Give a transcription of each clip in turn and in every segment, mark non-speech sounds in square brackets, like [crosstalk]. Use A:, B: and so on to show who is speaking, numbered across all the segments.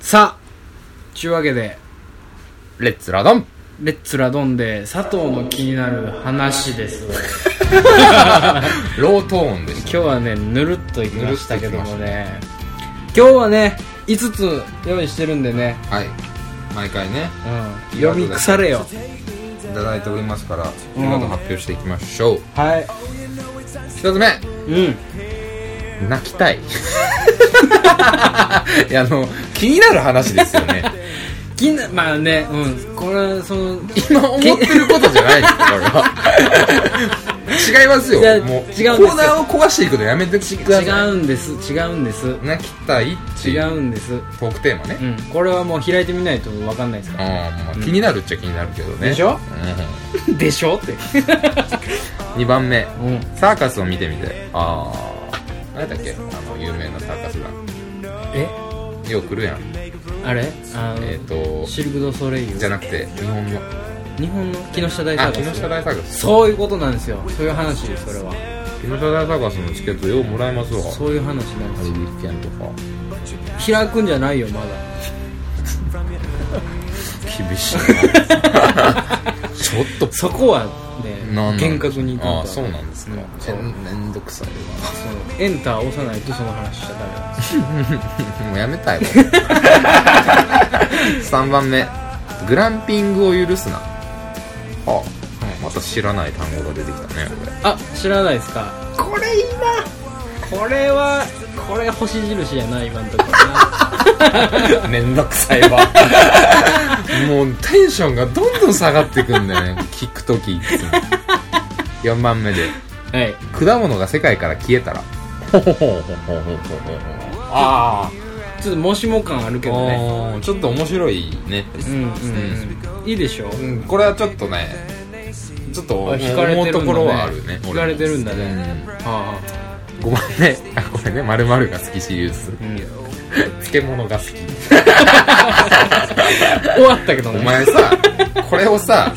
A: さあちゅうわけで
B: レッツラドン
A: レッツラドンで佐藤の気になる話ですわ
B: ロートーンで
A: 今
B: す
A: 日はねぬるっといきましたけどもね今日はね5つ用意してるんでね、
B: はい毎回ね
A: うん、読み腐れよ
B: いただいておりますから
A: うん
B: 今度発表していきましょう
A: はい
B: 一つ目
A: うん
B: 泣きた
A: [laughs]
B: いいやあの気になる話ですよね
A: [laughs] 気になまあねうんこれはその
B: 今思ってることじゃないですこれは違いま
A: [laughs]
B: す
A: いや
B: よもう
A: 違うんですよ
B: コーナーを壊していくのやめてくださ
A: 違うんです違うんです
B: い泣きたいって
A: 違
B: いう
A: うんです、う
B: トークテーマね
A: ん、これはもう開いてみないと分かんないです
B: うん
A: か
B: まあ気になるっちゃ気になるけどね
A: でしょ、
B: う [laughs]
A: らでしょって
B: ん、2番目
A: うん
B: サーカスを見てみてああ何だっけあの有名なサーカスが
A: え
B: よう来るやん
A: あれあの、
B: えっ、と
A: シルク・ドゥ・ソレイユ
B: じゃなくて日本の
A: 日本の木下大サ
B: あ
A: ー
B: 木
A: カス
B: 下大サーカス
A: そういうことなんですよそういう話ですそれは
B: 木下大サーカスのチケットようもらえますわ
A: そういう話なん
B: ハ
A: です
B: リウ
A: よ
B: ッド券とか
A: 開くんじゃないよまだ
B: 厳しいな [laughs] ちょっと
A: そこは
B: なんな
A: ね
B: ん
A: 厳格に言
B: ああ
A: っ
B: そ
A: と
B: う
A: いた
B: なんです
A: う
B: ね
A: ん
B: えめんどくさい
A: そのエンター押さないとその話しちゃダメなんです
B: わもうやめたいわ [laughs] 3番目グランピングを許すなはあ、
A: はい
B: また知らない単語が出てきたねこれ
A: あ知らないですかこれいいなこれはこれ星印やな今んと [laughs] こな
B: めんどくさいわもうテンションがどんどん下がってくんだよね聞くときいつも4番目で
A: はい
B: 果物が世界から消えたらあ
A: ちょっともしも感あるけ
B: ー
A: どね
B: あちょっと面白いね、
A: うんうん、うん、いいでしょ
B: うんこれはちょっとねちょっと思
A: あ惹かれてる
B: う
A: んだね
B: ところはあるね
A: 惹かれてるんだね
B: ね、
A: あ
B: 5番目あこれねまるまるが好きシリーズ
A: あ、うん、
B: 漬物が好き
A: 終わったけど
B: お
A: ね
B: 前さこれをさ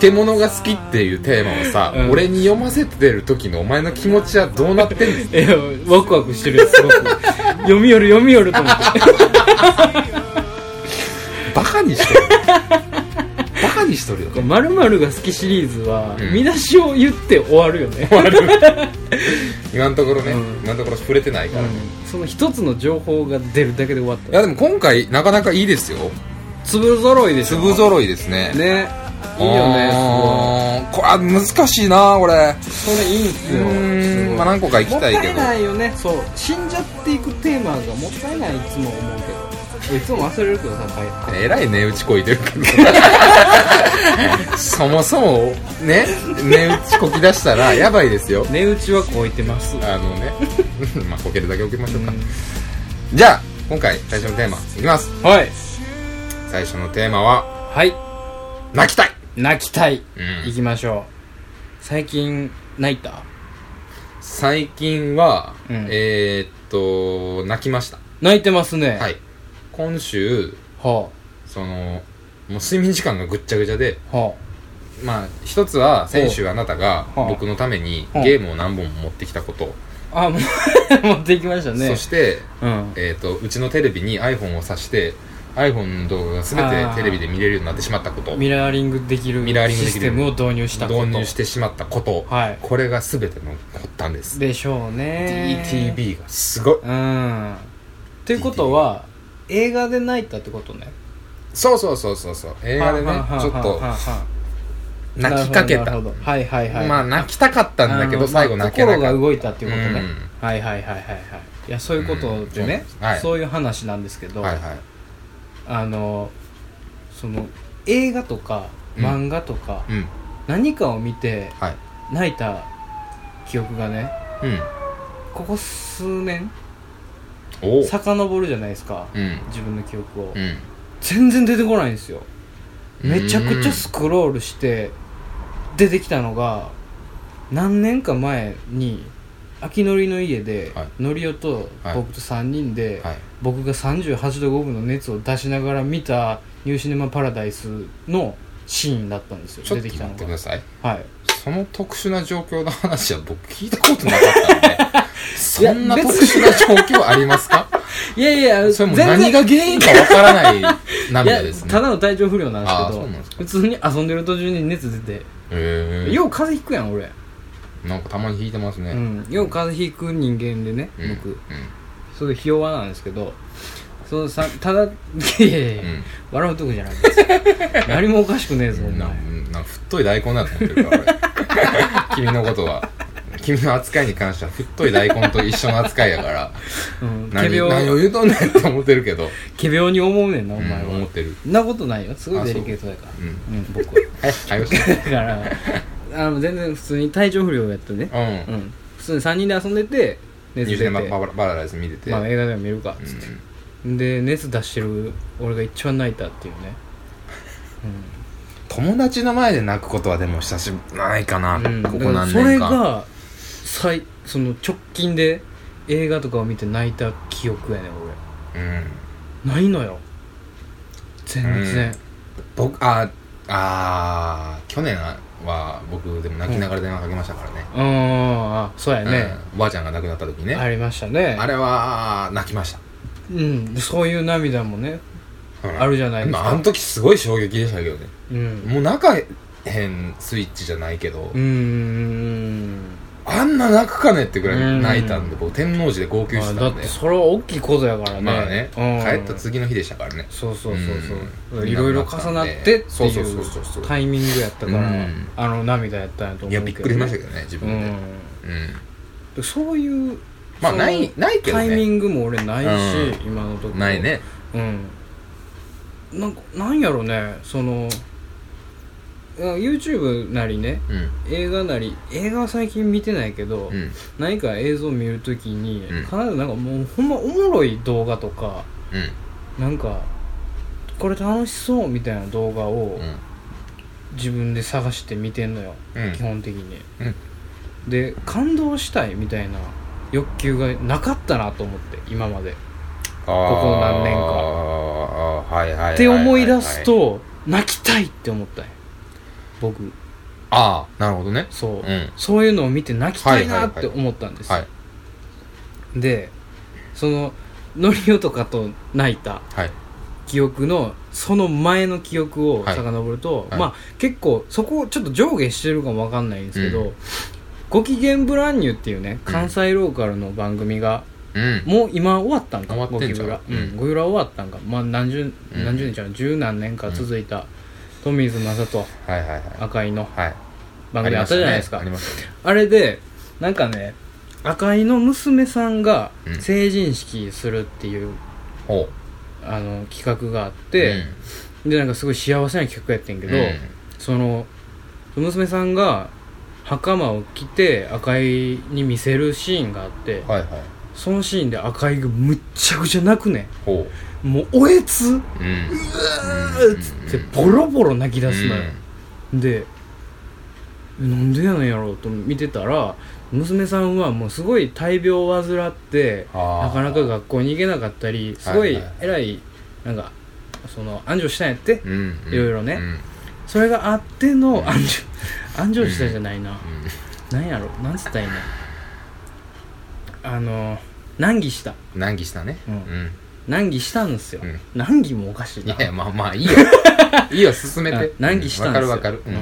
B: 漬物が好きっていうテーマをさ、
A: うん
B: 俺に読ませてる時のお前の気持ちはどうなってんです
A: いやワクワクしてるよすご [laughs] く読み寄る読み寄ると思って
B: バカに
A: [laughs]
B: しとるバカにしとるよ
A: これまるまるが好きシリーズは、
B: うん
A: 見出しを言って終わるよね、
B: 今のところね、
A: うん
B: 今のところ触れてないから、い
A: その一つの情報が出るだけで終わった
B: やでも今回なかなかいいですよ
A: 粒揃いでしょ
B: 粒揃いですね
A: ねいいよね
B: すごいこれあ難しいなこれ
A: すごいそれいいんす
B: う
A: よす
B: ー
A: ごい
B: んまあ何個か行き
A: もったた
B: いけ
A: い
B: ど
A: ないよねそう死んじゃっていくテーマがもったいないいつも思うけどいつも忘れるけどさ帰って
B: えらい値打ちこいてる
A: [laughs]
B: けどそもそもね値打ちこき出したらやばいですよ
A: 値打ちはこう言ってます
B: あのね [laughs] まあこけるだけ置きましょうか、じゃあ今回最初のテーマいきます
A: はい
B: 最初のテーマは
A: はい
B: 「泣きたい
A: 泣きたい、
B: うん
A: 行きましょう最近泣いた」
B: 最近は、
A: うん
B: えー、っと泣きました
A: 泣いてますね
B: はい今週
A: は
B: そのもう睡眠時間がぐっちゃぐちゃで
A: あは
B: まあ一つは先週あなたが
A: ほう
B: 僕のために
A: ほう
B: ゲームを何本も持ってきたこと、
A: ああもう [laughs] 持ってきましたね
B: そして
A: うん
B: えー、とうちのテレビに iPhone を挿して iPhone の動画が全
A: あー
B: てテレビで見れるようになってしまったこと
A: ミラーリングできる
B: ミラーリング
A: シ
B: で
A: ス
B: き
A: テ
B: る
A: ムを導入したこと
B: 導入してしまったこと、
A: はい
B: これが全ての発端です
A: でしょうね
B: DTV がすごい
A: うんということは映画で泣いたってことね
B: そうそうそうそうそう映画でね
A: はあはあはあ
B: ちょっと
A: はあはあ
B: 泣きかけ
A: な
B: た
A: るほどなるほどはいはいはい
B: まあ泣きたかったんだけ
A: あの
B: ど最後泣け
A: ま
B: な
A: あ
B: か
A: 心
B: っ
A: が動いたっていうことね
B: う
A: はいはいはいはいはいいやそういうことでね
B: うんはい
A: そういう話なんですけど
B: たはいはい
A: あのその映画とか
B: うん
A: 漫画とか
B: うん
A: 何かを見て
B: はい
A: 泣いた記憶がね
B: うん
A: ここ数年
B: おお
A: 遡るじゃないですか
B: うん
A: 自分の記憶を
B: うん
A: 全然出てこないんですよめちゃくちゃ
B: す
A: スクロールして出てきたのが何年か前に秋のりの家で、
B: はい
A: のりおと
B: はい
A: 僕と3人で、
B: はい
A: 僕が38度5分の熱を出しながら見た「ニューシネマ・パラダイス」のシーンだったんですよ
B: ちょっ
A: 出
B: と
A: てき
B: 待
A: た
B: っ
A: の
B: てくだ
A: が
B: さい
A: はい
B: その特殊な状況
A: [laughs]
B: の話は僕聞いたことなかったんでそんな特殊な状況ありますか
A: いやいや
B: それもう
A: 全然
B: 何が原因かわからない
A: いや
B: 涙ですね
A: ただの体調不良なんです
B: あー
A: け
B: そ
A: ど
B: うなんですか
A: 普通に遊んでる途中に熱出て、
B: ええ
A: よう風邪ひくやん俺、
B: なんかたまに引いてますね、
A: うん、よう風邪ひく人間でね、
B: うん
A: 僕
B: う
A: すごいひ弱なんですけどそのさただいやいやいや、
B: んうん
A: 笑うとこじゃないですよ
B: [laughs]
A: 何もおかしくねえぞお
B: な
A: 前
B: なんか太い大根だと思ってるから
A: [laughs]
B: 俺君のことは君の扱いに関しては太い大根と一緒の扱いやから
A: うん
B: 何
A: 仮
B: 何を
A: 病
B: 言うとんねんと思ってるけど、
A: 仮病に思うねんなお
B: うん
A: 前は、
B: 思ってる
A: そんなことないよすごいデリケートだから
B: うん
A: う、ん、僕は
B: はいはいよし
A: だからあの全然普通に体調不良やってね、
B: う
A: うんん、普通に3人で遊んでて熱
B: ニュー
A: 出
B: スで
A: て、
B: バ
A: ま
B: ババラライス見てて、
A: あ、映画でも見るか
B: う
A: っつって、
B: ん
A: で熱出してる俺が一番泣いたっていうね、
B: 友達の前で泣くことはでも久しぶりないかな、
A: うん
B: こ
A: だ
B: こ
A: から
B: 何
A: それ
B: 年か
A: が最その直近で映画とかを見て泣いた記憶やねん
B: うん
A: 俺ないのよ全然、
B: 僕ああー去年は僕でも泣きながら電話かけましたからね、
A: うん、ああそうやね、
B: うんおばあちゃんが亡くなった時ね、
A: ありましたね
B: あれは泣きました
A: うん、そういう涙もね
B: うん
A: あるじゃないです
B: まあ、
A: か
B: あの時すごい衝撃でしたけどね
A: うん
B: もう泣かへんスイッチじゃないけど、
A: うーん
B: あんな泣くかねってぐらい泣いたんで、
A: う
B: 僕天王寺で号泣
A: ま
B: し
A: あ
B: て
A: だ
B: たん
A: っ
B: で
A: てそれは大きいことやからね
B: まあね、
A: うん
B: 帰った次の日でしたからね
A: そうそうそうそううんいろいろ重なってって
B: そう
A: い
B: そうそうそう
A: う
B: そう
A: タイミングやったから、
B: うん
A: あの涙やったんやと思う
B: い
A: け
B: や
A: ど
B: びっくりしましたけどね自分で、うん
A: うんそういう
B: まあ
A: その
B: ないないけど
A: タイミ
B: ね
A: ングも俺ないし、
B: う
A: 今のところ
B: ないね
A: うんなんかなんやろねそのうん YouTube なりね
B: うん
A: 映画なり映画は最近見てないけど、
B: うん
A: 何か映像を見るときに、
B: うん
A: 必ずなんかもうほんまおもろい動画とか
B: う
A: なんかこれ楽しそうみたいな動画を
B: ん
A: 自分で探して見てんのよ、
B: うんうん
A: 基本的に
B: うん
A: で感動したいみたいな欲求がなかったなと思って今まで、
B: ここ
A: こ何年か
B: あーはいはいはいはい
A: って思い出すと泣きたいって思ったんよ僕
B: ああなるほどね
A: そう、
B: うん
A: そういうのを見て泣きたいなっ
B: はいはい
A: て
B: はい
A: 思ったんです、
B: はい
A: でそのノリオとかと泣いた
B: はい
A: 記憶のその前の記憶を
B: はい
A: 遡ると、
B: はい
A: まあ結構そこちょっと上下してるかもわかんないんですけど、
B: う
A: ご機嫌ブランニューっていうね関西ローカルの番組が、
B: うん
A: もう今終わったんか
B: 終わって
A: ご
B: ん
A: き
B: ちゃ
A: ぶ
B: う
A: らう
B: うん
A: んごきぶら終わったんかまあ何十
B: うん
A: 何十年ちゃう十何年か続いた富水正人
B: はいはいはい
A: 赤井の
B: はい
A: 番組あったじゃないですか
B: ありましたね
A: あれでなんかね赤井の娘さんが
B: うん
A: 成人式するっていう、
B: ほう
A: あの企画があって、でなんかすごい幸せな企画やってん
B: う
A: け
B: ん
A: ど、その娘さんが袴を着て赤井に見せるシーンがあって
B: うんはいはい
A: そのシーンで赤井がむっちゃくちゃ泣くね
B: ほうん
A: もうおえつう
B: う
A: ー
B: ん
A: っつってボロボロ泣き出すのよ、でなんでやねんやろうと見てたら娘さんはもうすごい大病を患って
B: あー
A: なかなか学校に行けなかったりすごい
B: はいはい
A: 偉いなんかその安城したんやって
B: うんうんうん
A: いろいろね
B: うん
A: それがあって
B: うん
A: の安城安城したじゃないな
B: うん
A: なんやろなんつったらいいのあの難儀した
B: 難儀したね
A: う
B: うんん
A: 難儀したんですよ
B: うん
A: 難儀もおかしい
B: い
A: な
B: やいやまあまあい
A: [laughs]
B: いよいいよ進めて
A: あ難儀したんですよ
B: わかるわかる
A: うん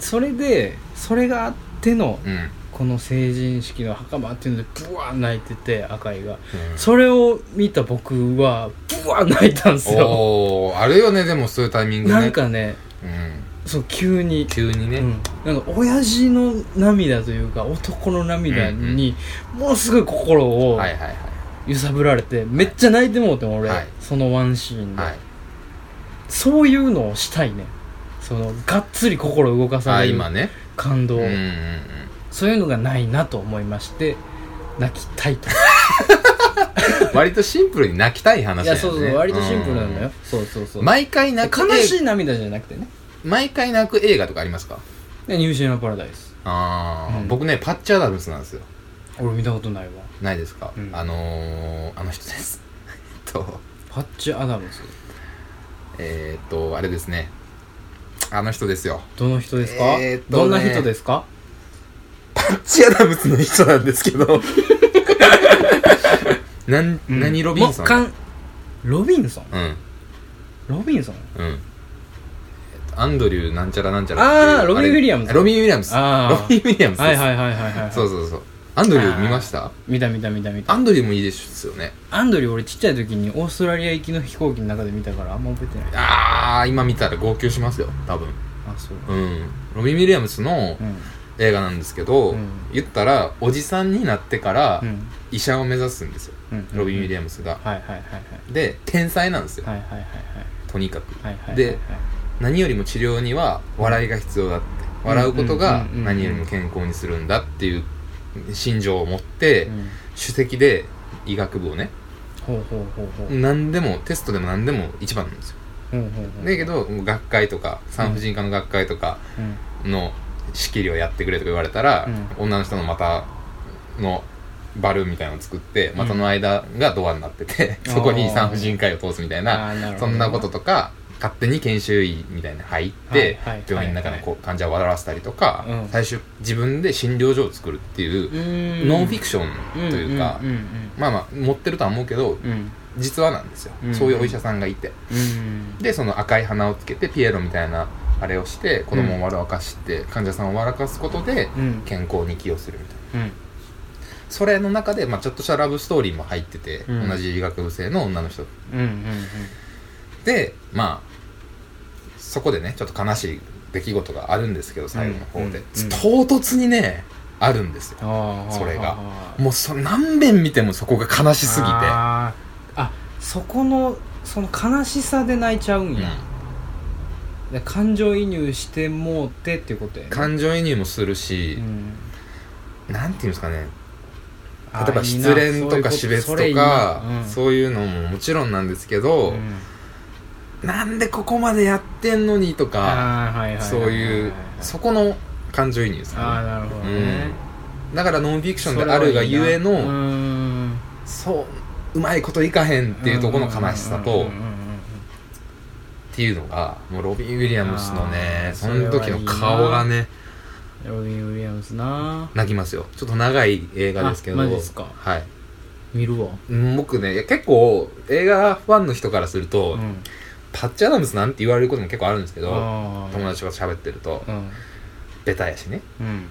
A: それでそれがあっての
B: うんうん
A: この成人式の袴っていうのでブワー泣いてて赤井が
B: うん
A: それを見た僕はブワー泣いたんですよ
B: おーあるよねでもそういうタイミングね
A: なんかね
B: うん
A: そう急に、
B: 急にね、
A: うん、なんか親父の涙というか男の涙にものすごい心を
B: はいはいはい
A: 揺さぶられてめっちゃ泣いてもうてん俺、
B: はい
A: そのワンシーンで、
B: はい
A: そういうのをしたいねそのがっつり心動かさ
B: あ
A: れる
B: 今ね
A: 感動、
B: うんうんうん
A: そういうのがないなと思いまして泣きたいと
B: 割とシンプルに泣きたい話だ
A: いや
B: よね
A: そうそう割とシンプルなんだよ、
B: う
A: そうそうそう、
B: 毎回泣く
A: 悲し
B: 映
A: い涙じゃなくてね
B: 毎回泣く映画とかありますか
A: でニューシーランドパラダイス
B: ああ、
A: うん
B: 僕ねパッチ・アダムスなんですよ
A: 俺見たことないわ
B: ないですか、
A: うん
B: あのー、あの人です [laughs] えっと
A: パッチ・アダムス
B: えー、っとあれですねあの人ですよ
A: どの人ですか、
B: えーっと
A: ど
B: ね
A: んな人ですか
B: [laughs] パッチ・アダムスの人なんですけどなん、
A: うん
B: 何ロビンソン
A: 木管ロビンソン
B: うん
A: ロビンソン
B: うんアンドリューなんちゃらなんちゃら
A: あー
B: っていう
A: ロビンウィリアムズ
B: あれロビン・ウィリアムズ
A: あー
B: ロビン・ウィリアムズ
A: はいはいはいはいはい
B: そうそうそうアンドリュー見ました
A: 見た見た見た見た
B: アンドリューもいいですよね
A: アンドリュー俺ちっちゃい時にオーストラリア行きの飛行機の中で見たからあんま覚えてない
B: ああ今見たら号泣しますよ多分
A: あそう
B: うんロビン・ウィリアムズの
A: うん
B: 映画なんですけど、
A: うん
B: 言ったらおじさんになってから
A: うん
B: 医者を目指すんですよ、
A: うん
B: ロビン・ウィリ
A: ア
B: アムスが、
A: ムはいはいはい
B: で天才なんですよ、
A: はいはいはい
B: とにかく
A: はいはいはいはい
B: で何よりも治療には笑いが必要だって
A: ん
B: 笑うことが
A: うんうんうんうん
B: 何よりも健康にするんだっていう心情を持って、
A: うん
B: 首席で医学部をね
A: ほうほうほうほう
B: 何でもテストでも何でも一番なんですよ
A: ほうほうほう
B: だけどもう学会とか産婦人科の学会とか
A: うん
B: の仕切りをやってくれとか言われたら、女の人の股のバルーンみたいなのを作って股の間がドアになっ
A: [laughs]
B: てて、
A: うん
B: そこに産婦人科医を通すみたいな
A: あーなるほど
B: そんなこととか勝手に研修医みたいに入って、
A: はいはい
B: 病院の中のこう患者を笑わせたりとか、
A: うん
B: 最終自分で診療所を作るっていう
A: う、ーん
B: ノンフィクションというか、
A: うんうん
B: まあまあ持ってるとは思うけど
A: うんうん
B: 実はなんですよ、
A: うん
B: そういうお医者さんがいて
A: うん
B: でその赤い鼻をつけてピエロみたいなあれをして子供を笑わかして、患者さんを笑かすことで
A: うん
B: 健康に寄与するみたいな
A: うん
B: それの中で、まあ、ちょっとしたラブストーリーも入ってて、
A: うん
B: 同じ医学部生の女の人
A: うんうん
B: でまあそこでねちょっと悲しい出来事があるんですけど最後の方で、
A: うんうん
B: 唐突にねあるんですよ
A: あー
B: それが
A: あー
B: もうそ何遍見てもそこが悲しすぎて
A: あーあそこのその悲しさで泣いちゃうんや、で感情移入してもうてっていうことやね
B: 感情移入もするし
A: う、ん
B: なんていうんですかね
A: あー
B: 例えば
A: いい
B: 失
A: な
B: 恋とか死
A: そういう
B: 別
A: ことそれいい
B: か
A: なうん
B: そういうのももちろんなんですけど、
A: うん
B: なんでここまでやってんのにとか
A: あーはいはいはいはい
B: そういうそこの感情移入ですね
A: ああなるほどね、
B: だからノンフィクションであ
A: それ
B: る
A: は
B: が
A: いいな
B: ゆえの
A: うん
B: そううまいこといかへんっていうところの悲しさ
A: うんうん
B: と
A: うんうんうん
B: っていうのがもうロビン・ウィリアムスのね
A: あー
B: その時の顔がね
A: ロビン・ウィリアムスな
B: 泣きますよちょっと長い映画ですけど
A: あマジですか
B: はい
A: 見るわ
B: 僕ね結構映画ファンの人からすると、
A: うん
B: パッチ・アダムスなんて言われることも結構あるんですけど
A: あ
B: 友達と喋ってると
A: ーうん
B: ベタやしね
A: うん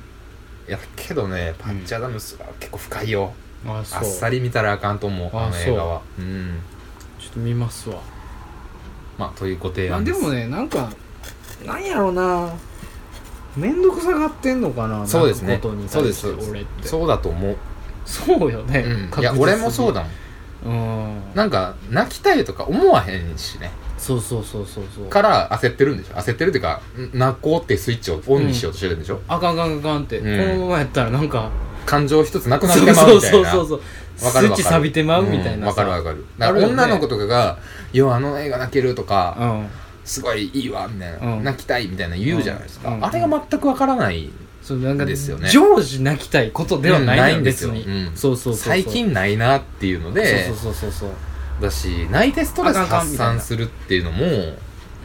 B: いやけどねパッチ・アダムスは結構深いよ、
A: あそう
B: あっさり見たらあかんと思う
A: あ
B: あの映画はうん
A: ちょっと見ますわ
B: まあというご提
A: まあ
B: 案
A: で
B: です
A: もねなんかなんやろうな面倒くさがってんのかな
B: そうです
A: な
B: ね
A: んかことに対して
B: そうですそう
A: 俺って
B: です
A: そう
B: そうだと思う、
A: よね、
B: うん、いや俺もそう
A: だ
B: だもん
A: うん
B: なんか泣きたいとか思わへんしね
A: そうそうそうそうそう
B: から焦ってるんでしょ焦ってるっていうかん泣こうっていうスイッチをオンにしようとしてるんでしょ、
A: あかんあかんあかんって、
B: うん
A: このままやったらなんか
B: 感情一つなくなっ
A: そう
B: てまうみたい
A: そうそ
B: な
A: うそうそうス
B: わか
A: イ
B: る
A: ッ
B: わかる
A: チ錆びてまうみたい
B: うん
A: な
B: わ
A: さ
B: かるわかるだ
A: あ
B: から
A: るよね
B: 女の子とかが「よあの映画泣ける」とか、
A: うん
B: すごいいいわみたいな、
A: うん
B: 泣きたいみたいな言うじゃないですか、
A: うんうん
B: あれが全くわからない
A: そうなんか
B: ですよね
A: 常時泣きたいことではない,、
B: うんないんですよ
A: 別に、
B: うん
A: そうそうそうそう
B: 最近ないなっていうので
A: そうそうそうそうそ
B: だし泣いてストレス
A: あかんあかん
B: 発
A: みたい
B: 散
A: な
B: するっていうのも
A: う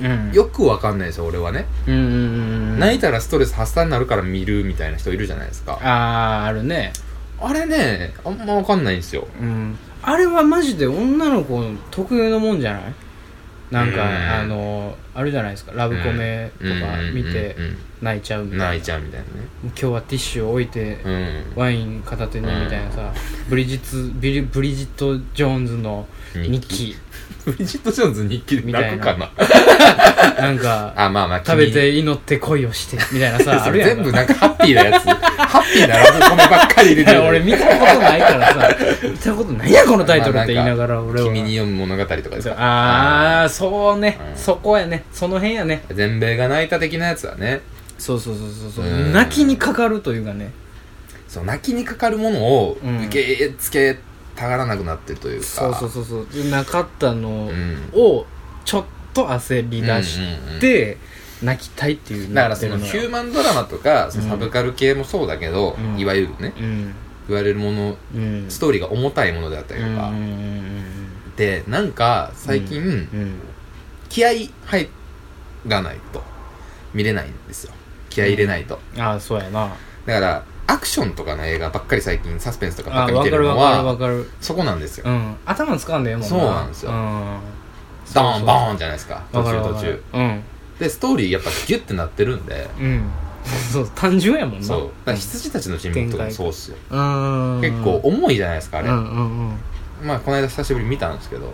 A: うん
B: よくわかんないですよ俺はね、
A: うんうんうんうん
B: 泣いたらストレス発散になるから見るみたいな人いるじゃないですか
A: あああるね
B: あれねあんまわかんないんですよ
A: うんあれはマジで女の子の特有のもんじゃないなんか、
B: うん
A: あのあるじゃないですかラブコメとか見て
B: うんうんうん
A: 泣いちゃうみたい
B: うん
A: な、
B: 泣いちゃうみたいな
A: 今日はティッシュを置いて、
B: ね
A: ワイン片手にみたいなさ、ブリジットビリブリジット・ジョーンズの
B: うん
A: 日記
B: ブリジット・ジョーンズ日記で泣く
A: [laughs]
B: かな
A: なんか
B: あまあまあ
A: 食べて祈って恋をしてみたいなさあるやんか
B: 全部なんかハッピーなやつハッピーなラブコメばっかり入れ
A: い
B: てる
A: や [laughs] 俺見たことないからさ見たことないやこのタイトルって言いながら俺は
B: 君に読む物語とかですか
A: ああそうね、
B: うん
A: そこやねその辺やね
B: 全米が泣いた的なやつはね
A: そうそうそうそうそう
B: うん
A: 泣きにかかるというかね
B: そう泣きにかかるものを
A: うん
B: 受け付けたがらなくなってるというか
A: そうそうそうそうでなかったの
B: うん
A: をちょっと焦り出し
B: うんうんうん
A: て泣きたいっていう
B: だからその
A: なっ
B: ヒ
A: て
B: ュ
A: る
B: ーマンドラマとかそのサブカル系もそうだけど、
A: うん
B: いわゆるね
A: うん
B: 言われるもの
A: うん
B: ストーリーが重たいものであったりと
A: うんうん
B: か、
A: うん
B: でなんか最近、
A: うん
B: 気合入らないと見れないんですよ気合入れないと、
A: ああそうやな
B: だからアクションとかの映画ばっかり最近サスペンスとかばっ
A: あ
B: かり見
A: 分
B: て
A: か
B: る
A: る
B: の
A: 分かる分
B: は
A: かる
B: そこなんですよ
A: うん頭使わんでええもんな
B: そうなんですよ
A: うん
B: ドーンボ
A: ン
B: ーンじゃないですか途中途中
A: うん
B: でストーリーやっぱギュッてなってるんで
A: うん [laughs] そう単純やもんな
B: そうだから羊たちの人物とかもそうっすよ
A: うん
B: 結構重いじゃないですかあ
A: う
B: れ
A: んうんうん
B: まあこの間久しぶりに見たんですけど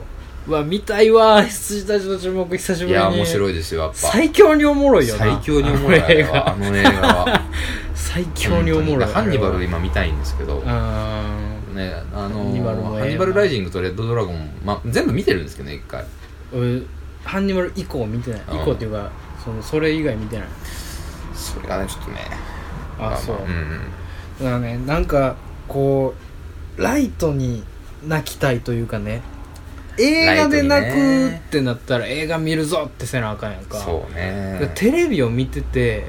A: うわ見たいわ羊たちの注目久しぶりに
B: いや面白
A: い
B: いですよやっぱ
A: 最強におもろいよな
B: 最強におもろい
A: あ
B: あ
A: の映
B: れ
A: 画
B: はあの映画は
A: 最強におも
B: 本当
A: ろい
B: にハンニバル今見たいんですけど
A: うん
B: ねあ
A: ハ
B: の
A: ンニバルもええな
B: ハンニバルライジングとレッドドラゴン、まあ、全部見てるんですけどね一回
A: 俺ハンニバル以降見てない
B: うん
A: 以降っていうかそのそれ以外見てない
B: それがねちょっとねまあ
A: あ
B: まあ
A: そうだか
B: んん
A: らねなんかこうライトに泣きたいというかね映画で泣くってなったら映画見るぞってせなあかんやんか
B: そう
A: で
B: ね
A: テレビを見てて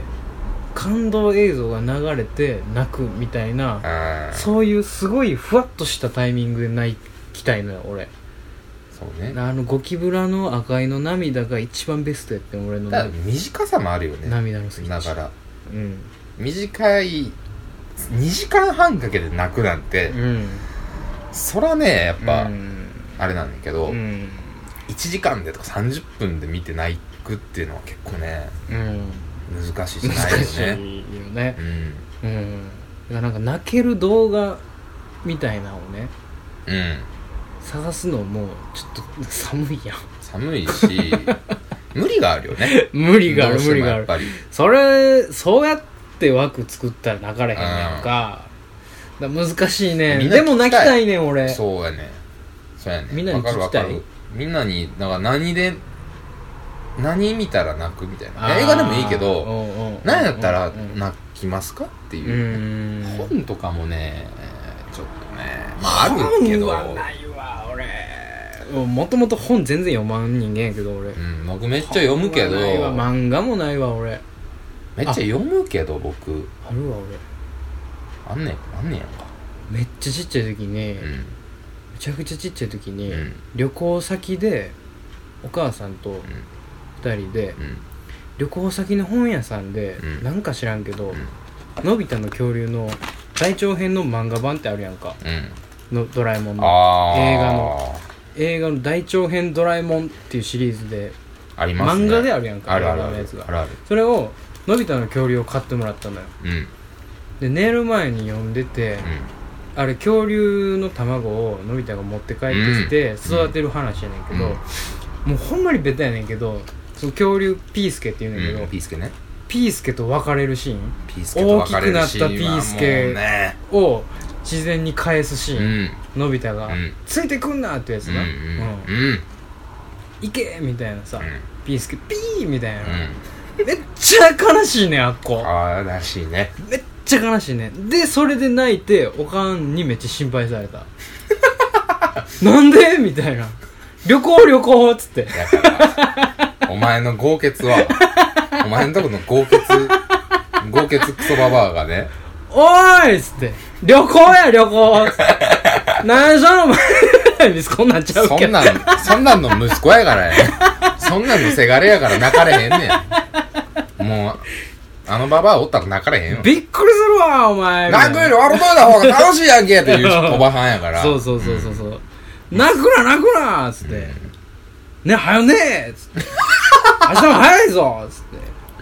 A: 感動映像が流れて泣くみたいな
B: あー
A: そういうすごいふわっとしたタイミングで泣きたいのよ俺
B: そうね
A: あのゴキブラの赤いの涙が一番ベストやってん俺の
B: ただ
A: 涙
B: 短さもあるよね
A: 涙のスイッチ
B: だから
A: うん
B: 短い2時間半かけて泣くなんて、
A: うん
B: そらねやっぱ、
A: うん
B: あれなんだけど、
A: うん
B: 1時間でとか30分で見て泣くっていうのは結構ね
A: うん
B: 難しいじゃないよ
A: 難
B: ね
A: しいよね
B: うん
A: うんだからなんか泣ける動画みたいなのをね
B: うん
A: 探すのもちょっと寒いやん
B: 寒
A: [laughs]
B: いし無理があるよね
A: 無理があ
B: ど
A: る
B: うし
A: 無
B: ても
A: 理があ
B: やっ
A: る
B: ぱり
A: それそうやって枠作ったら泣かれへんやんかだから難しいね
B: みんな
A: でも泣
B: 聞き
A: き
B: た
A: た
B: い
A: いねん俺
B: そうやねそうやね
A: みんなに聞きたい
B: わかるわかるみんなにだから何で何見たら泣くみたい
A: あー
B: な映画でもいいけど
A: うんうんうん
B: 何やったら
A: うん
B: 泣きますかって
A: う
B: い
A: ん
B: う、本とかもねちょっとねまああるけど
A: 本はないわ俺もともと本全然読まん人間やけど俺
B: うん、僕めっちゃ読むけ
A: 本
B: ど
A: はないわ
B: めっ
A: 漫画もないわ俺
B: ちゃ読むけど僕
A: あるわ俺
B: あんねんあんねんやんか
A: めっちゃちっちゃい時に、
B: う
A: め
B: ん
A: ちゃくちゃちっちゃい時に、
B: うん
A: 旅行先でお母さんと2人で、
B: うん
A: 旅行先の本屋さんで、
B: うん
A: なんか知らんけど、
B: うん
A: のび太の恐竜の大長編の漫画版ってあるやんか
B: うん
A: のドラえもんの
B: あー
A: 映画の映画の大長編ドラえもんっていうシリーズで
B: ありますね
A: 漫画であるやんか
B: あるある
A: 漫
B: あ
A: 画のや
B: る
A: つが
B: あるある
A: それをのび太の恐竜を買ってもらったのよ
B: うんうん
A: で寝る前に読んでて、あれ恐竜の卵をのび太が持って帰ってきて
B: うん
A: 育てる話やねんけど、
B: うん
A: もうほんまにベタやねんけどその恐竜ピースケって言うねんけど、
B: うんピースケね
A: ピースケと別れるシーン
B: ピースケと別れるシーンは
A: 大きくなったピースケ
B: もうね
A: を自然に返すシ
B: う
A: ー
B: ん
A: ン、のび太が、
B: うん
A: ついてくんな!」ってやつ
B: うん
A: な「
B: うん
A: うん行け!」みたいなさ、
B: うん
A: ピースケピーみたいな、
B: う
A: めっちゃ悲しいねんあっこ
B: んああらしいね
A: めっちゃ悲しいねでそれで泣いておかんにめっちゃ心配されたなんでみたいな旅行旅行っつって
B: だからお前の豪傑
A: [laughs]
B: はお前のとこの豪傑豪傑クソババアがね
A: 「おーい!」っつって「旅行や旅
B: [laughs]
A: 行!」っつって「何しょお前」 [laughs] ミスこんなんちゃう
B: そ
A: け
B: ん
A: ど
B: なん、そんなんの息子やからやね。そんなんのせがれやから泣かれへんねん。もう、あのババアおったら泣かれへんよ。
A: びっくりするわお前
B: 泣くより笑うといた方が楽しいやんけっていうおばはんやから。
A: そうそうそうそうそう泣くな泣くなっつって「ねはよねえ!」っつって「明日も早いぞ!」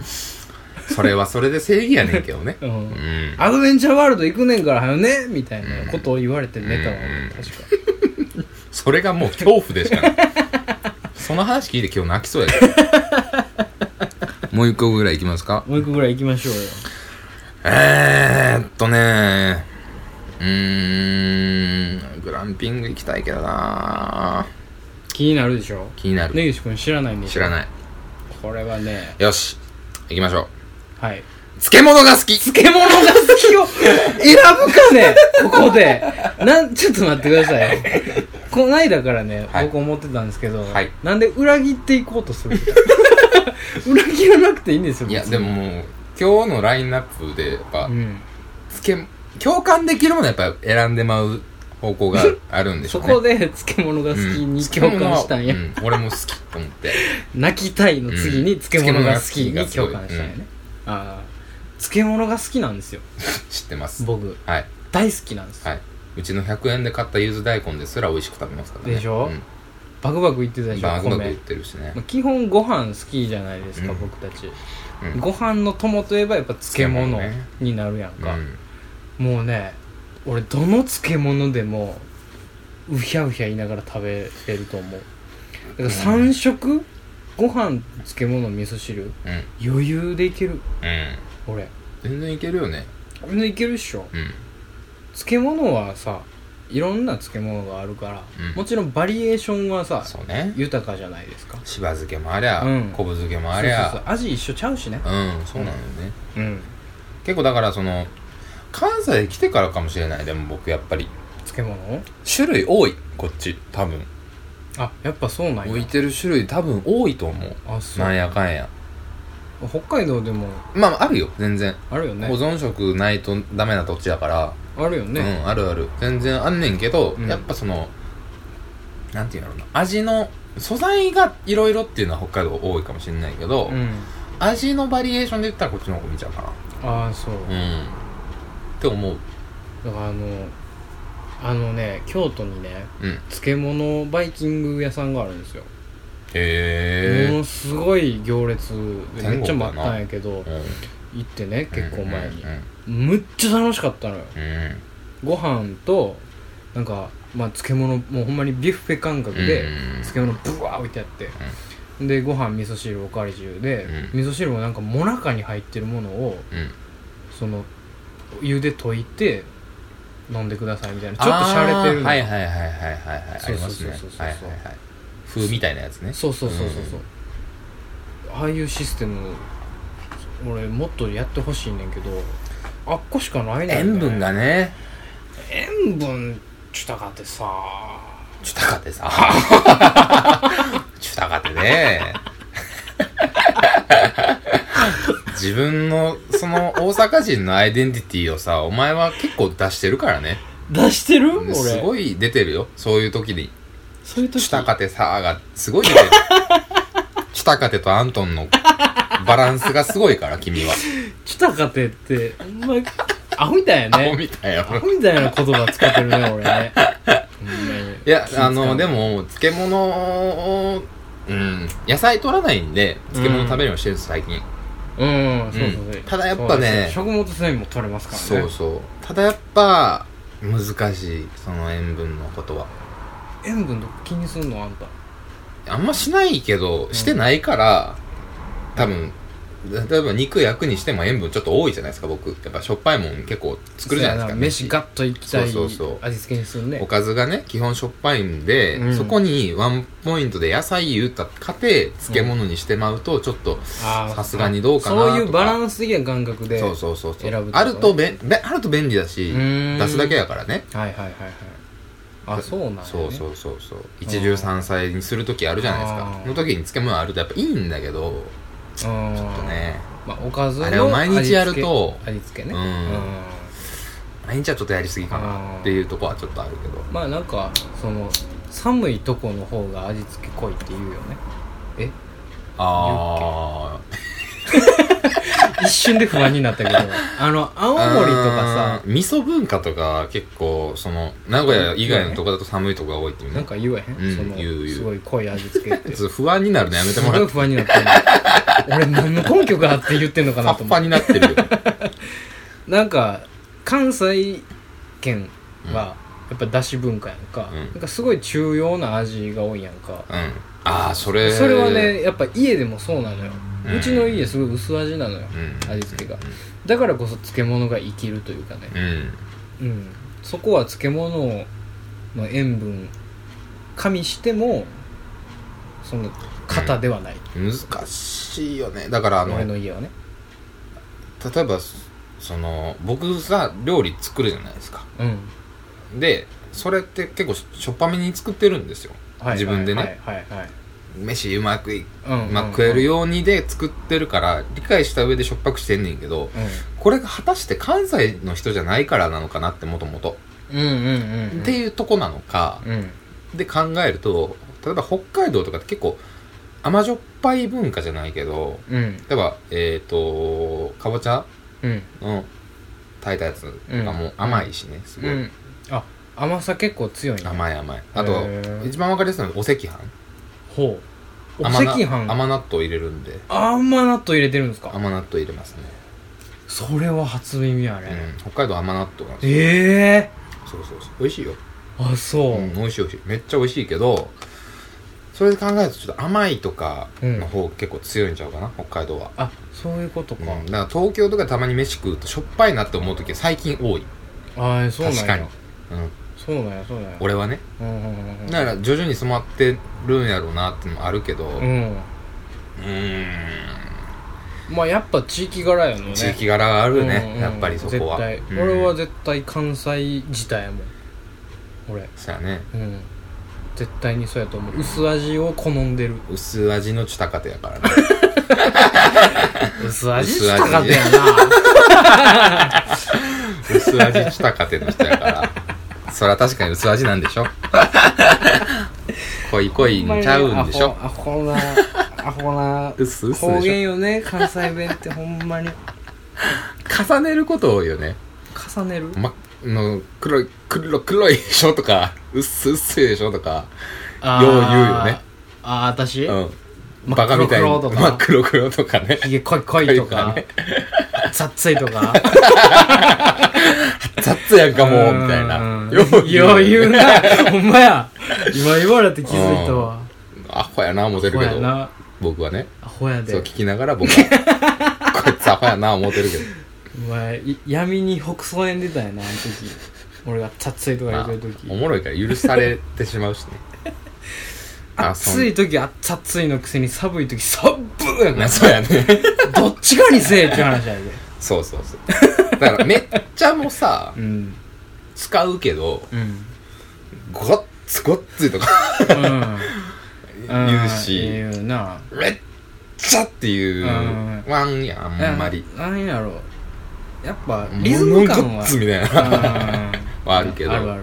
A: っつっ
B: それはそれで正義やねんけどね。
A: てうん
B: うん。
A: アドベンチャーワールド行くねんからはよねみたいなことを言われて寝たわ、
B: うん
A: 確か
B: それがもう恐怖でしかない。その話聞いて今日泣きそうや
A: [laughs]
B: けど。もう一個ぐらいいきますか
A: もう一個ぐらい行きましょうよ
B: えーっとねうーん、グランピング行きたいけどな
A: 気になるでしょ
B: 気になる。
A: 根岸君知らないんでしょ
B: 知らないい。
A: これはね
B: よし行きましょう
A: はい
B: 漬物が好き漬
A: 獣が好きを選ぶかねここでなんちょっと待ってくださいこの間からね、
B: はい
A: 僕思ってたんですけど、
B: はい
A: なんで裏切っていこうとする
B: [laughs]
A: 裏切らなくていいんですよ
B: いや
A: 別に
B: でももう今日のラインナップでやっぱ、
A: うん
B: 漬け共感できるものやっぱ選んでまう方向があるんでしょ
A: そう
B: ね
A: こで漬物が好きに共感したんや、
B: うん漬物はうん俺も好きと思って
A: 泣きたいの次に
B: うん
A: 漬物が好きに
B: 漬物が好き
A: 共感し
B: がすごい
A: たんやね、ああ漬物が好きなんですよ
B: 知ってます
A: 僕
B: はい
A: 大好きなんですよ、
B: はいうちの100円で買ったゆず大根ですら美味しく食べますからね
A: でしょ
B: う
A: バクバク言ってたで
B: ん、
A: しょ
B: バーグバグ言っ
A: 米
B: てるしね
A: まあ基本ご飯好きじゃないですか、
B: うん
A: 僕たち、
B: うん
A: ご飯の友といえばやっぱ漬物
B: 漬物ね
A: になるやん
B: う
A: か、
B: ん
A: もうね俺どの漬物でもうひゃうひゃ言いながら食べれると思うだから3食、ご飯漬物味噌汁
B: うんうん
A: 余裕でいける俺
B: 全然いけるよね
A: 俺のいけるっしょ
B: うん
A: 漬物はさいろんな漬物があるから、
B: うん
A: もちろんバリエーションはさ
B: そうね
A: 豊かじゃないですか
B: しば漬けもありゃ、
A: うん
B: 昆布漬けもありゃ
A: そうそうそう味一緒ちゃうしね
B: うんそうなのよね、
A: うん
B: 結構だからその関西に来てからかもしれないでも僕やっぱり
A: 漬物
B: 種類多いこっち多分
A: あやっぱそうなん
B: 置い
A: や
B: てる種類多分多いと思う
A: あそう
B: なんやかんや
A: 北海道でも
B: まああるよ全然、
A: あるよね
B: 保存食ないとダメな土地だから、
A: あるよね、
B: うんあるある全然あんねんけど、
A: うん
B: やっぱそのなんていうんだろうな味の素材がいろいろっていうのは北海道多いかもしれないけど、
A: うん、
B: 味のバリエーションで言ったらこっちの方が見ちゃうかな
A: ああそう、
B: うんって思う
A: だからあのあのね京都にね
B: うんへ
A: 漬物バイキング屋さんがあるんですよ、も
B: え
A: のすごい行列
B: 天
A: め
B: 国
A: っちゃ待ったんやけど
B: うん
A: 行ってね結構前に
B: うん、
A: むっちゃ楽しかったのよ
B: うんうん
A: ご飯となんか、まあ、漬物もうほんまにビュッフェ感覚
B: うん
A: で、漬物ブワー置いてあって、でご飯味噌汁おかわり中で、
B: う
A: 味噌汁もなんかもなかに入ってるものを
B: うん
A: その湯で溶いて飲んでくださいみたいなちょっと
B: あー
A: 洒落てるの
B: はいはいはいはいはいはいあ
A: そう
B: り
A: そ
B: ま
A: う
B: す
A: そう
B: ね
A: そう
B: はいはいはい風みたいなやつね
A: そうそうそうそうそう、ああいうシステム俺もっとやってほしいねんけどあっこしかないねんね
B: 塩分がね
A: 塩分ちゅたかってさ
B: ちゅたかてさ [laughs] ちゅたかて [laughs] ね自分のその大阪人のアイデンティティをさお前は結構出してるからね
A: 出してる俺
B: すごい出てるよそういう時に
A: そういう
B: 「
A: 時
B: ちたかてさ」がすごい出てる [laughs] 「ちたかて」とアントンの [laughs] バランスがすごいから君は
A: チュタカテってほんまアホみたいや
B: アホ
A: ね
B: みたいよ
A: アホみたいな言葉使ってるね俺ねほんまに
B: いや
A: 気使う
B: あのでも漬物をうん野菜取らないんで漬物食べるようにしてるんです最近、
A: うんそうそう
B: う
A: そうん
B: ただやっ
A: そ
B: ぱね
A: うです食物繊維も取れますからね
B: そうそうただやっぱ難しいその塩分のことは
A: 塩分とか気にすんのあんた
B: あんましないけどしてないから、多分例えば肉焼くにしても塩分ちょっと多いじゃないですか僕やっぱしょっぱいもん結構作るじゃないですか
A: そうや飯ガッといきたい
B: そうそうそう
A: 味付けにするね
B: おかずがね基本しょっぱいんで、
A: うん
B: そこにワンポイントで野菜言うたかて漬物にしてまうとちょっと、
A: あー
B: さすがにどうかなと
A: そう
B: か
A: いうバランス的な感覚で
B: そうそうそうそう
A: 選ぶとか
B: あるとべんべあると便利だし
A: うーん
B: 出すだけやからね
A: はいはいはいはいあそうなんや、ね、
B: そうそうそうそう一汁三菜にする時あるじゃないですか
A: あー
B: の時に漬物あるとやっぱいいんだけど
A: ちょっ
B: ちょっとね
A: まあ、おかずの
B: あれを毎日やると
A: 味付け味付けね
B: うん毎日はちょっとやりすぎかなっていうとこはちょっとあるけど
A: まあなんかその寒いとこの方が味付け濃いって言うよねえ
B: あ
A: 一瞬で不安になったけどあの青
B: あ
A: 森とか
B: 味噌文化とか結構その名古屋以外のとこだと寒いとこが多いっていう
A: さな
B: ね
A: んか言えへん、
B: うん
A: その
B: 言う言う
A: すごい濃い味付けって
B: ちょっと不安になるのやめて
A: す
B: も
A: ご
B: ら
A: い
B: って
A: 不安になってる俺何の根拠があって言ってんのか
B: パ
A: なと
B: ッ
A: 思
B: パ
A: っ
B: になってるよ
A: てなんか関西圏はやっぱだし文化やんか、
B: うん
A: なんかすごい中庸な味が多いやんか、 [laughs]
B: うんああそれ
A: それはねやっぱ家でもそうなのよ、
B: う
A: うんちの家すごい薄味なのよ、
B: うん
A: 味付けがだからこそ漬物が生きるというかね
B: うん
A: うんそこは漬物の塩分加味してもその型ではない、
B: 難しいよねだからあの
A: 俺の家はね
B: 例えばその僕が料理作るじゃないですか
A: うん
B: でそれって結構しょっぱめに作ってるんですよ
A: はい
B: 自分でね
A: はいはいはい
B: 飯うまくい、
A: はい、うん
B: まあ、食える
A: よ、
B: ようにで作ってるから理解した上でしょっぱくしてんねんけど
A: う
B: これが果たして関西の人じゃないからなのかなってもともと
A: ん、うんうんうんうん
B: っていうとこなのか
A: うん
B: で考えると例えば北海道とかって結構甘じょっぱい文化じゃないけど
A: うん
B: 例えばえっ、とかぼちゃ
A: うん
B: の炊いたやつがもう甘いしね、すご
A: う
B: い、
A: んあ甘さ結構強いね
B: 甘い甘いあと
A: へー
B: 一番わかりやすいのはお赤飯
A: ほうお赤
B: 甘な
A: 飯甘
B: 甘納豆入れるんで
A: 納豆入れてるんですか
B: 甘納豆入れますね、
A: それは初耳や
B: う
A: ね
B: ん、北海道甘納豆なんですよ
A: ええ
B: そうそうそう美味しいよ、、
A: あそううん
B: 美味しい美味しいめっちゃ美味しいけどそれで考えるとちょっと甘いとかの方結構強いんちゃうかな北海道は
A: あそういうこと
B: う
A: か
B: ん、だから東京とかたまに飯食うとしょっぱいなって思う時は最近多い
A: あーそうなんや
B: 確かに、うん、
A: そうなんやそうなんや
B: 俺はね
A: うんうんうんうん
B: だから徐々に染まってるんやろうなってのもあるけどう
A: う
B: ーん
A: んまあやっぱ地域柄やのね
B: 地域柄がある
A: うん
B: ね、
A: うん
B: やっぱりそこは
A: 絶対、
B: うん
A: 俺は絶対関西自体やもん俺
B: そうやね
A: うん絶対にそうやと思う薄味を好んでる
B: 薄味のちたかてやからね
A: 薄味
B: 薄
A: し
B: 味
A: たかったやな
B: 薄味ちたかての人
A: [laughs]
B: やからそれは確かに薄味なんでしょ濃い濃いんちゃうんでしょ
A: アホな
B: [laughs]
A: アホな
B: 薄薄
A: 方言
B: でし
A: よね関西弁ってほんまに
B: ょ重ねること多いよね
A: 重ねる
B: ま、の黒い黒黒いでしょとか薄薄いでしょとか
A: あ
B: よう言うよね
A: ああ私
B: う
A: ひ真
B: ん
A: っ黒
B: バカみたいに
A: 黒とか
B: 真っ黒黒とかね
A: げ濃い濃いと
B: 濃い
A: か
B: [laughs] と
A: さっついとか
B: 雑やんかもうみたいな
A: うん
B: よう言うよね
A: 余裕
B: [laughs]
A: なほんまや今言われて気づいたわ
B: アホやな思ってる
A: ほ
B: け
A: や
B: ど
A: な
B: 僕はね
A: アホや
B: そう
A: で
B: 聞きながら僕
A: [laughs]
B: はこいつアホやな思ってるけど
A: お前い闇に北総園出たんやなあの時俺がさっついとか言うてる時
B: おもろいから許されてしまうし
A: [laughs]
B: ねあそん
A: 暑い時あっさっついのくせに寒い時寒っやか
B: なそうや [laughs] ね
A: らどっちかにせえって話やで
B: そうそうそうだからめっちゃもさ
A: うん
B: 使うけど
A: うん
B: ごっつごっついとか [laughs]
A: うん
B: 言うし
A: 言うな
B: めっちゃってい
A: う
B: う
A: ん
B: ワンやんあんまり
A: ななんやろやっぱリズム感
B: ご
A: は
B: っつみたいな
A: うん
B: [laughs] はあるけど
A: あるあるある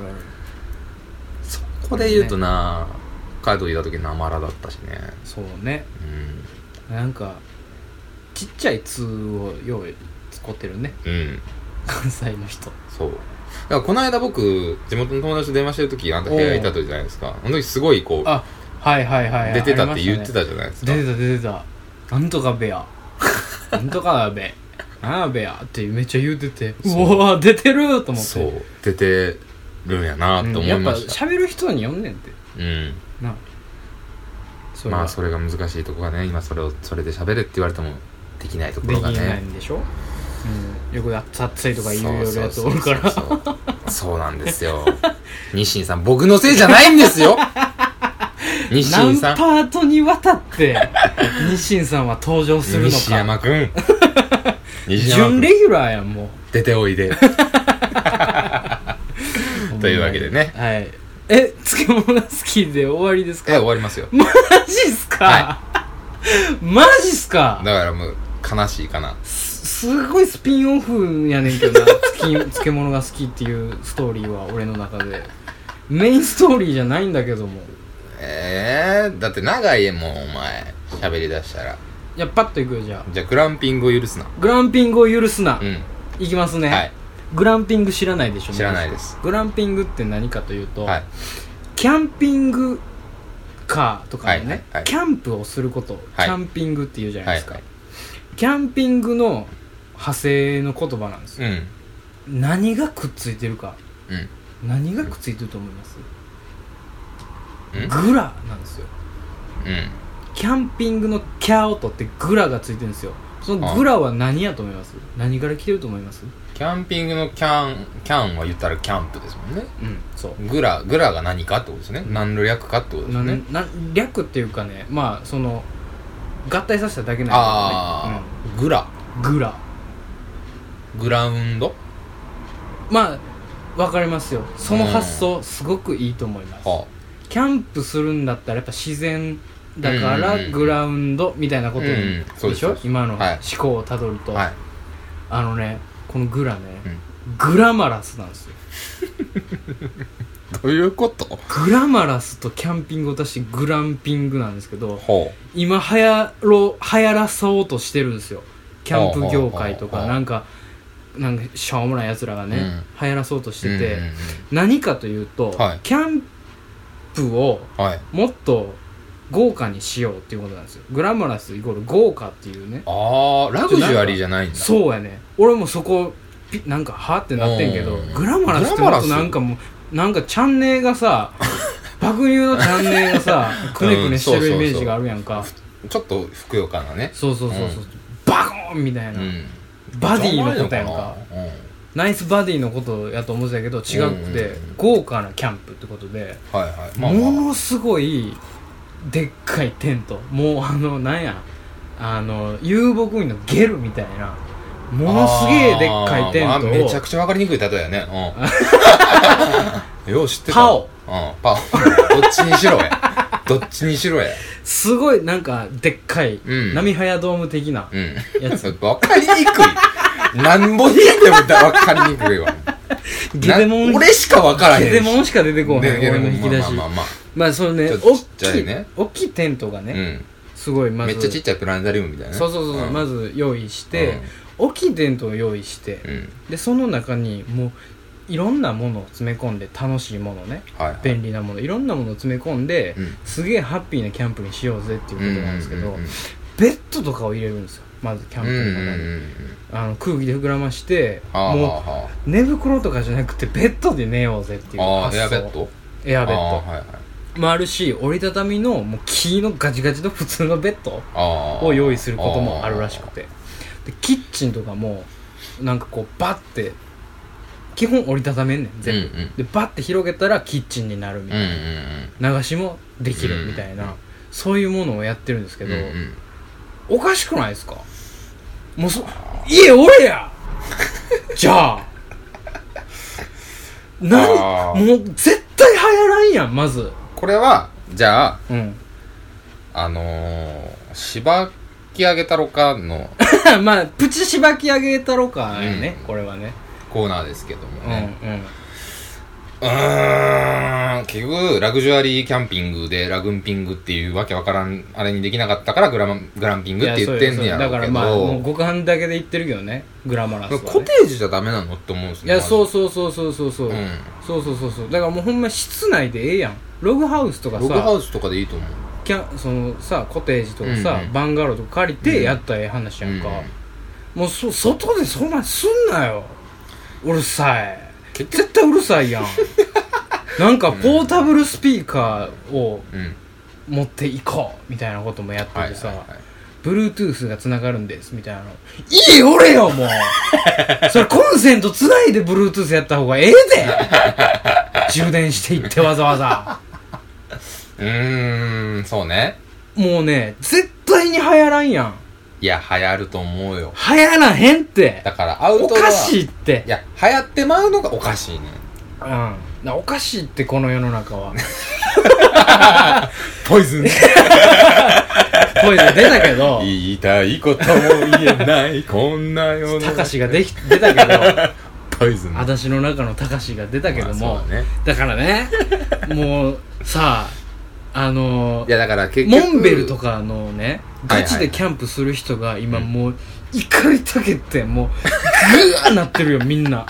B: そこで言うとな北海道いた時なまらだったしね
A: そうね
B: うん
A: なんかちっちゃい「通」をよう使ってるね [laughs]
B: うん
A: 関西の人
B: そう。だからこの間僕、地元の友達と電話してる時、あんた部屋いた時じゃないですか。あの時すごいこう、
A: あはいはいはいはい
B: 出てたって言って
A: あ
B: たじゃないですか。
A: りましたね出てた出てたなんとかベ
B: [laughs]
A: アなんとかベなんベアってめっちゃ言うててう
B: そう
A: わ出てると思って
B: そう。出てるんやな
A: うん
B: と思
A: や
B: い
A: っぱ
B: ました。
A: 喋る人に呼んねんて
B: うん。
A: なそれは
B: まあそれが難しいとこがね、今それを、それで喋れって言われてもできないとこ
A: で
B: ろ
A: き
B: が
A: ない
B: ね。
A: んでしょ、うん、よく「さっつい」とか言うようなやつ
B: そ
A: お
B: う
A: る
B: そ
A: か
B: うそう
A: ら
B: そうそうそうなんですよ。 [laughs] 西新さん、僕のせいじゃないんで
A: [laughs]
B: すよ西
A: 何
B: 新
A: パ
B: さん。
A: ートにわた
B: [laughs]
A: って日清さんは登場するの
B: 西
A: か
B: 山
A: [laughs]
B: くん。西山く
A: 準
B: ん
A: レギュラーやんも
B: 出ておいで。
A: う
B: [laughs] というわけでね
A: はいえ漬物が好きで終わりです
B: え、
A: か
B: 終わりますよ。
A: マジっすか、
B: は
A: [laughs] マジっすか
B: だからもう悲しいかな
A: すすごいスピンオフやねんけどなつき [laughs] 漬物が好きっていうストーリーは俺の中でメインストーリーじゃないんだけども
B: ええー、だって長いもんお前喋りだしたら
A: いやパッといくよじゃあ
B: じゃあグランピングを許すな
A: グランピングを許すな、
B: うん
A: いきますね、
B: はい
A: グランピング知らないでしょ
B: 知らないです
A: グランピングって何かというと、
B: はい
A: キャンピングカーとかのね、
B: はいはいはい
A: キャンプをすること、
B: はい
A: キャンピングっていうじゃないで
B: はい
A: すか、キャンピングの派生の言葉なんです
B: う
A: よ、
B: ん
A: 何がくっついてるか
B: うん
A: 何がくっついてると思います
B: うん
A: グラなんですよ
B: うん
A: キャンピングのキャオとってグラがついてるんですよそのグラは何やと思います何から来てると思います
B: キャンピングのキャンキャンは言ったらキャンプですもんね
A: うんそう
B: グラグラが何かってことですね何の略かってことです
A: な
B: ね
A: な略っていうかねまあその合体させただけなんだ
B: ああ、グラ
A: けどね、うん、グラ
B: グラウンド
A: まあわかりますよその発想すごくいいと思います、
B: は
A: キャンプするんだったらやっぱ自然だか
B: うんうん
A: ら
B: うん
A: グラウンドみたいなことに、
B: うんそ
A: で
B: うです
A: し
B: そう
A: ょ
B: です
A: 今の思
B: はい
A: 考をたどると、
B: あはい
A: あのねこのグラね、グラマラスなんですよ
B: どういうこと
A: グラマラスとキャンピングを出してグランピングなんですけど
B: ほ
A: 今流行ろう流行らそうとしてるんですよキャンプ業界と
B: ほうほうほうほ
A: か
B: う
A: なんかなんかしょうもないやつらがね、流行らそうとしてて、
B: うんうん
A: 何かというと、
B: はい
A: キャンプを
B: うんはい
A: もっと豪華にしようっていうことなんですよグラマラスイコール豪華っていうね
B: ああラグジュアリーじゃないんだ
A: そうやね俺もそこピなんかはってなってんけど
B: うん
A: グラマラスってもっとなんかもうなんかチャンネルがさ [laughs] 爆乳のチャンネルがさくねくねしてるイメージがあるやんか、
B: ちょっとふくよかなね
A: そうそうそうそう、
B: う
A: バコーンみたいな、
B: うん
A: バディのことやんか
B: うん
A: ナイスバディのことやと思ってたけど違くて、
B: うんうんうん
A: 豪華なキャンプってことで、
B: はいはいまあまあ
A: ものすごいでっかいテントもうあのなんやあの遊牧民のゲルみたいなものすげえでっかいテン
B: あーまあめち
A: ト
B: ゃ
A: を
B: くちゃ分かりにくい例えやねう
A: [laughs]
B: んよう知ってた
A: パオ
B: うんパオどっちにしろやどっちにしろや
A: すごいなんかでっかい、
B: うん
A: 波早ドーム的な
B: うん
A: やつ
B: 分 [laughs] かりにくいなんぼ引いても分かりにくいわ
A: ゲデモン
B: な俺しか分からへん
A: ゲデモンしか出てこない、
B: ねゲデ
A: 俺
B: モ
A: の
B: ン
A: 引き出し、
B: まあまあまあ
A: まあそのね
B: ちょっと
A: 大
B: ちっちゃ
A: きい
B: いね
A: 大きいテントがね、
B: うん
A: すごいま
B: め
A: ず
B: っちゃちっちゃいプラネタリウムみたいなね
A: そうそうそう、
B: ん
A: まず用意して、大きいテントを用意して、
B: うん
A: でその中にもういろんなものを詰め込んで楽しいものね
B: はいはい
A: 便利なものいろんなものを詰め込んで、
B: うん
A: すげえハッピーなキャンプにしようぜっていううん
B: うん
A: ことなんですけど、
B: うんうん
A: ベッドとかを入れるんですよまずキャンプ
B: う
A: の
B: ん
A: 中に、
B: うんうん
A: あの空気で膨らまして
B: はあは
A: も
B: あは
A: う寝袋とかじゃなくてベッドで寝ようぜっていう
B: ああ
A: 発
B: ーエ
A: 想
B: アベッド
A: エアベ
B: あ
A: ッ
B: ーはいはい
A: ドもあるし折りたたみのもう木のガチガチの普通のベッド
B: あー
A: を用意することもあるらしくてでキッチンとかもなんかこうバッて基本折りたためんねん全部、
B: うんうん
A: でバッて広げたらキッチンになるみ
B: う
A: た
B: ん
A: い
B: うん
A: な、流しもできるみたいな、
B: うんうん
A: そういうものをやってるんですけ
B: うん
A: ど、
B: うんうん
A: おかしくないですかもうそ家俺や [laughs] じゃあ
B: あ
A: 何
B: ー
A: もう絶対流行らんやんまず
B: これはじゃあ
A: うん [laughs]
B: あのー、しばき上げたろかの
A: まあプチしばき上げたろかやね、これはね
B: コーナーですけども
A: うん
B: ね
A: うん
B: うーん結局ラグジュアリーキャンピングでラグンピングっていうわけわからんあれにできなかったからグラマグランピングって言ってん
A: いそうよそ
B: ねや
A: うよだ
B: ろ
A: か
B: うけ
A: らまあもう
B: ど
A: 五感だけで言ってるけどねグラマラスは、ね、
B: コテージじゃダメなのって思うんです
A: い
B: ね
A: やそううそうそうそうそうそう、
B: うん
A: そうそうそうそうだからもうほんま室内でええやんログハウスとか
B: ログハ
A: さ
B: ウスとかでいいと思う
A: キャンそのさコテージとかさ、
B: うんうん
A: バンガローとか借りてやったらええ話やんか、
B: うんうん
A: もうそ外でそんなんすんなようるさい
B: 結
A: 絶対うるさい
B: [laughs]
A: やんなんかポータブルスピーカーを
B: うん
A: 持っていこうみたいなこともやって
B: はい
A: て
B: はい
A: さ、
B: はい
A: Bluetooth が繋がるんですみたいなの。いいよ、俺よ、
B: [laughs]
A: もうそれコンセント繋いで Bluetooth やった方がええで充電していってわざわざ。
B: うーんそうね
A: もうね、絶対に流行らんやん。
B: いや流行ると思うよ
A: 流行らへんって
B: だ。からアウ
A: お
B: トドア
A: かしいっ
B: い
A: て。
B: や流行ってまうのがおかしいね
A: うん。なおかしいって、この世の中は。
B: ポイズン
A: 声で出たけど、
B: 言 [laughs] いたいことも言えない [laughs] こんな世の
A: たかしができ、出たけど、
B: ポイズン
A: 私の中のたかしが出たけども、
B: まあそうだね
A: だからね、もう、さあ、あのー
B: いやだから結
A: モ
B: 局
A: ンベルとかのねガ
B: はいはい
A: チでキャンプする人が今もう怒りたけてもうグーなってるよみんな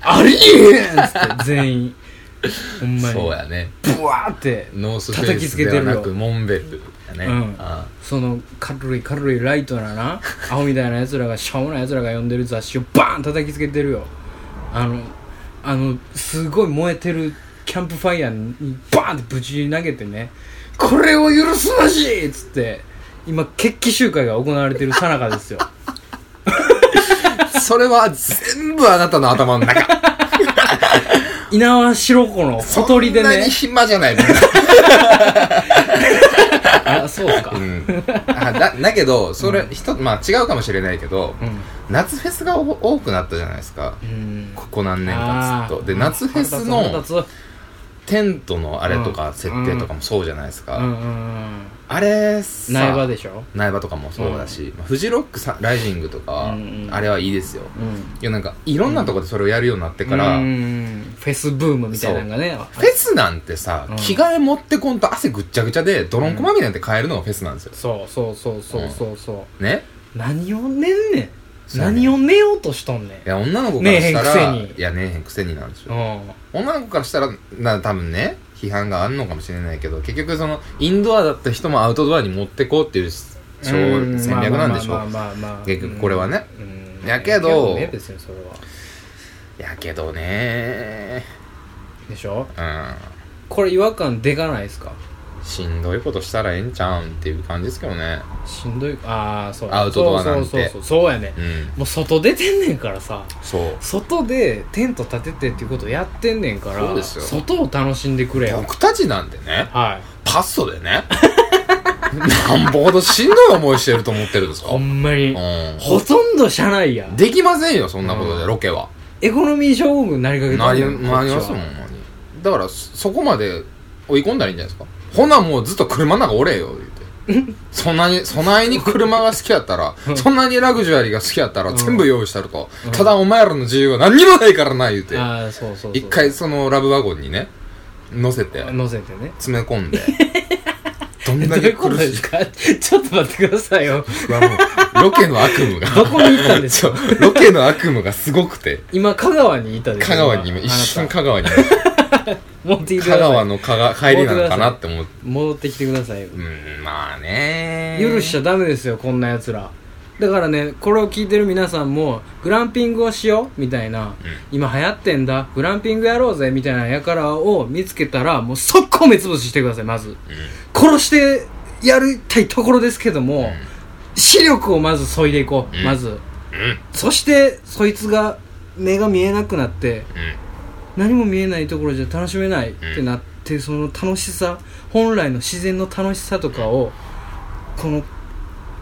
A: ありえへんっつって全員ほんまに
B: そうやね
A: ブワーって
B: ノースフェ
A: 叩
B: イ
A: きつ
B: ス
A: け
B: で
A: てるよ
B: はなくモンベルやね、
A: うん
B: あ
A: その軽い軽いライトなな [laughs] 青みたいなやつらがしょうもないやつらが呼んでる雑誌をバーン叩きつけてるよあのあのすごい燃えてるキャンプファイヤーにバーンってぶち投げてねこれを許すましっつって今決起集会が行われてるさなかですよ [laughs]
B: それは全部あなたの頭の中 [laughs]
A: 猪苗代湖のほとりで
B: そんな
A: ね
B: に暇じゃないもん、
A: [laughs] あそうか
B: う
A: うん
B: ん、あだだけどそれ、人まあ違うかもしれないけど、夏フェスがお多くなったじゃないですか
A: うん
B: ここ [laughs] 何年かずっとで夏フェス
A: あー腹
B: の
A: 立つ腹立
B: テントのあれとか設定とかもそうじゃないですか、
A: つうんうん
B: あれ
A: う
B: さ
A: ん苗場でしょ
B: 苗場とかもそうだし、まあフジロックさライジングとか、
A: うんうん
B: あれはいいですよ
A: うん
B: いやなんかいろんなとこでそれをやるようになってから、
A: う
B: フ
A: んフェスブームみたいなのがね
B: ェスなんてさ、
A: うん
B: 着替え持ってこんと汗ぐっちゃぐちゃで泥んこまみれになんて買えるのがフェスなんですよ、
A: そうそうそうそうそうそう、
B: ね
A: 何をねんねん
B: そうやね
A: 何を寝ようとしとんねん
B: いや、女の子からしたら、
A: ねえへんくせに
B: いや、ねえへんくせになんですよ。
A: うん
B: 女の子からしたら、な、多分ね、批判があんのかもしれないけど、結局その、インドアだった人もアウトドアに持ってこうっていう、そう、戦略なんでしょ
A: まあ
B: う。
A: まあまあまあまあ
B: 結局これはね
A: うん
B: やけど
A: いやね別にそれはい
B: やけどね
A: でしょ
B: う
A: これ違和感でかないですか
B: ん。しんどいことしたらええんちゃうんっていう感じですけどね。
A: しんどいああそう
B: アウトドアなんて
A: そうそうそうそうやね
B: うん。
A: もう外出てんねんからさ
B: そう。
A: 外でテント立ててっていうことやってんねんから
B: そうですよ
A: 外を楽しんでくれよ
B: 僕たちなんてね、
A: はい
B: パッソでね、 [laughs] なんぼほどしんどい思いしてると思ってるんですか
A: ほんまに
B: う
A: ほとんど車内や
B: ん。できませんよ、そんなことで、ロケは。
A: エコノミー症候群なりかけて
B: なり、
A: る
B: なりますもん、ほんまに。だから、そそこまで追い込んだらいいんじゃないですか。ほな、もうずっと車の中おれよ、言
A: [laughs]
B: って。そんなに、そないに車が好きやったら、そんなにラグジュアリーが好きやったら、全部用意したると。ただ、お前らの自由は何にもないからな、言うて。
A: ああそうそうそう
B: 一回、その、ラブワゴンにね、乗せて、
A: 乗せてね
B: 詰め
A: [laughs]
B: 込んで。どん
A: えど
B: だ
A: うい
B: け
A: うこと
B: 苦
A: で
B: しい
A: すかちょっと待ってくださいよ
B: 僕はもう、ロケの悪夢が。
A: どこに行ったんです
B: [laughs] そう
A: か
B: ロケの悪夢がすごくて。
A: 今香川にいたでしょ
B: 香川に今、一
A: あ
B: 瞬
A: なた
B: 香川に、
A: 持ってきてくださ
B: 香
A: い
B: 川の香が帰りなのかなって思って。
A: 戻ってきてくださいよ
B: うん、まあね
A: 許しちゃダメですよこんなやつらだからねこれを聞いてる皆さんもグランピングをしようみたいな、今流行ってんだグランピングやろうぜみたいなやからを見つけたらもう速攻目つぶししてくださいまず
B: う
A: 殺してやりたいところですけども、
B: ん
A: 視力をまず削いでいこう、
B: うん
A: まず
B: ん。うん。
A: そしてそいつが目が見えなくなって
B: う
A: 何も見えないところじゃ楽しめないってなって、その楽しさ本来の自然の楽しさとかをこの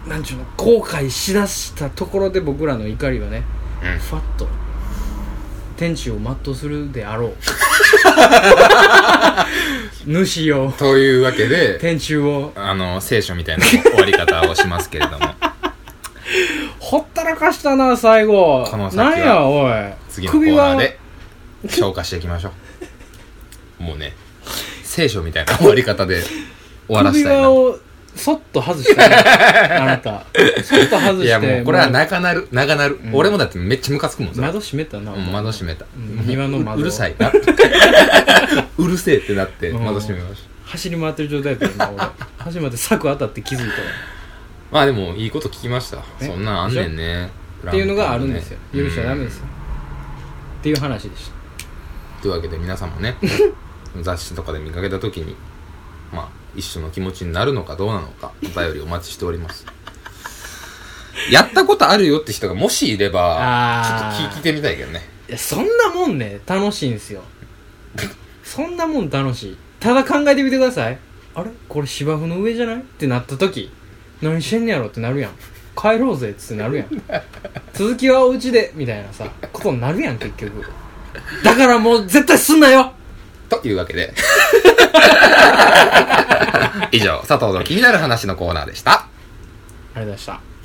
A: なんちゅうの後悔しだしたところで僕らの怒りはね
B: ん。うん。
A: ふわっと天地を全うするであ
B: [laughs]
A: ろう主よ
B: というわけで、
A: 天地を
B: あの、聖書みたいな終わり方をしますけれ
A: [laughs]
B: ども、
A: ほったらかしたな最後
B: この先は
A: なんやおい
B: 次のコーナーで消化していきましょう。もうね、聖書みたいな終わり方で終わらせ
A: 首
B: たい
A: 輪
B: な。
A: をそっと外
B: [laughs]
A: してねあなたそっと外して
B: いやもうこれは
A: もう
B: 長なる、長なる。俺もだってめっちゃムカつくもんさ。
A: 窓閉めたな、
B: うん窓閉めた。
A: ん庭の窓
B: ううるさいな。 [laughs] うるせえってなって窓閉めました。
A: 走り回ってる状態だったよ今俺走り回って柵当たって気づいたわ
B: [laughs] まあでもいいこと聞きました。
A: ね
B: そんなんあんねんね。
A: っていうのがあるんですよ
B: ね
A: 許しちゃダメですよっていう話でし
B: というわけで皆さん
A: [laughs]
B: もね雑誌とかで見かけた時にまあ一緒の気持ちになるのかどうなのかお便りお待ちしておりますやったことあるよって人がもしいれば
A: あー
B: ちょっと聞いてみたいけどね
A: たいやそんなもんね楽しいんですよそんなもん楽しいただ考えてみてくださいあれこれ芝生の上じゃないってなった時何してんねやろってなるやん帰ろうぜっつってなるやん続きはお家でみたいなさことになるやん結局だからもう絶対すんなよ
B: というわ
A: [laughs]
B: けで以上佐藤の気になる話のコーナーでした
A: ありがとうございました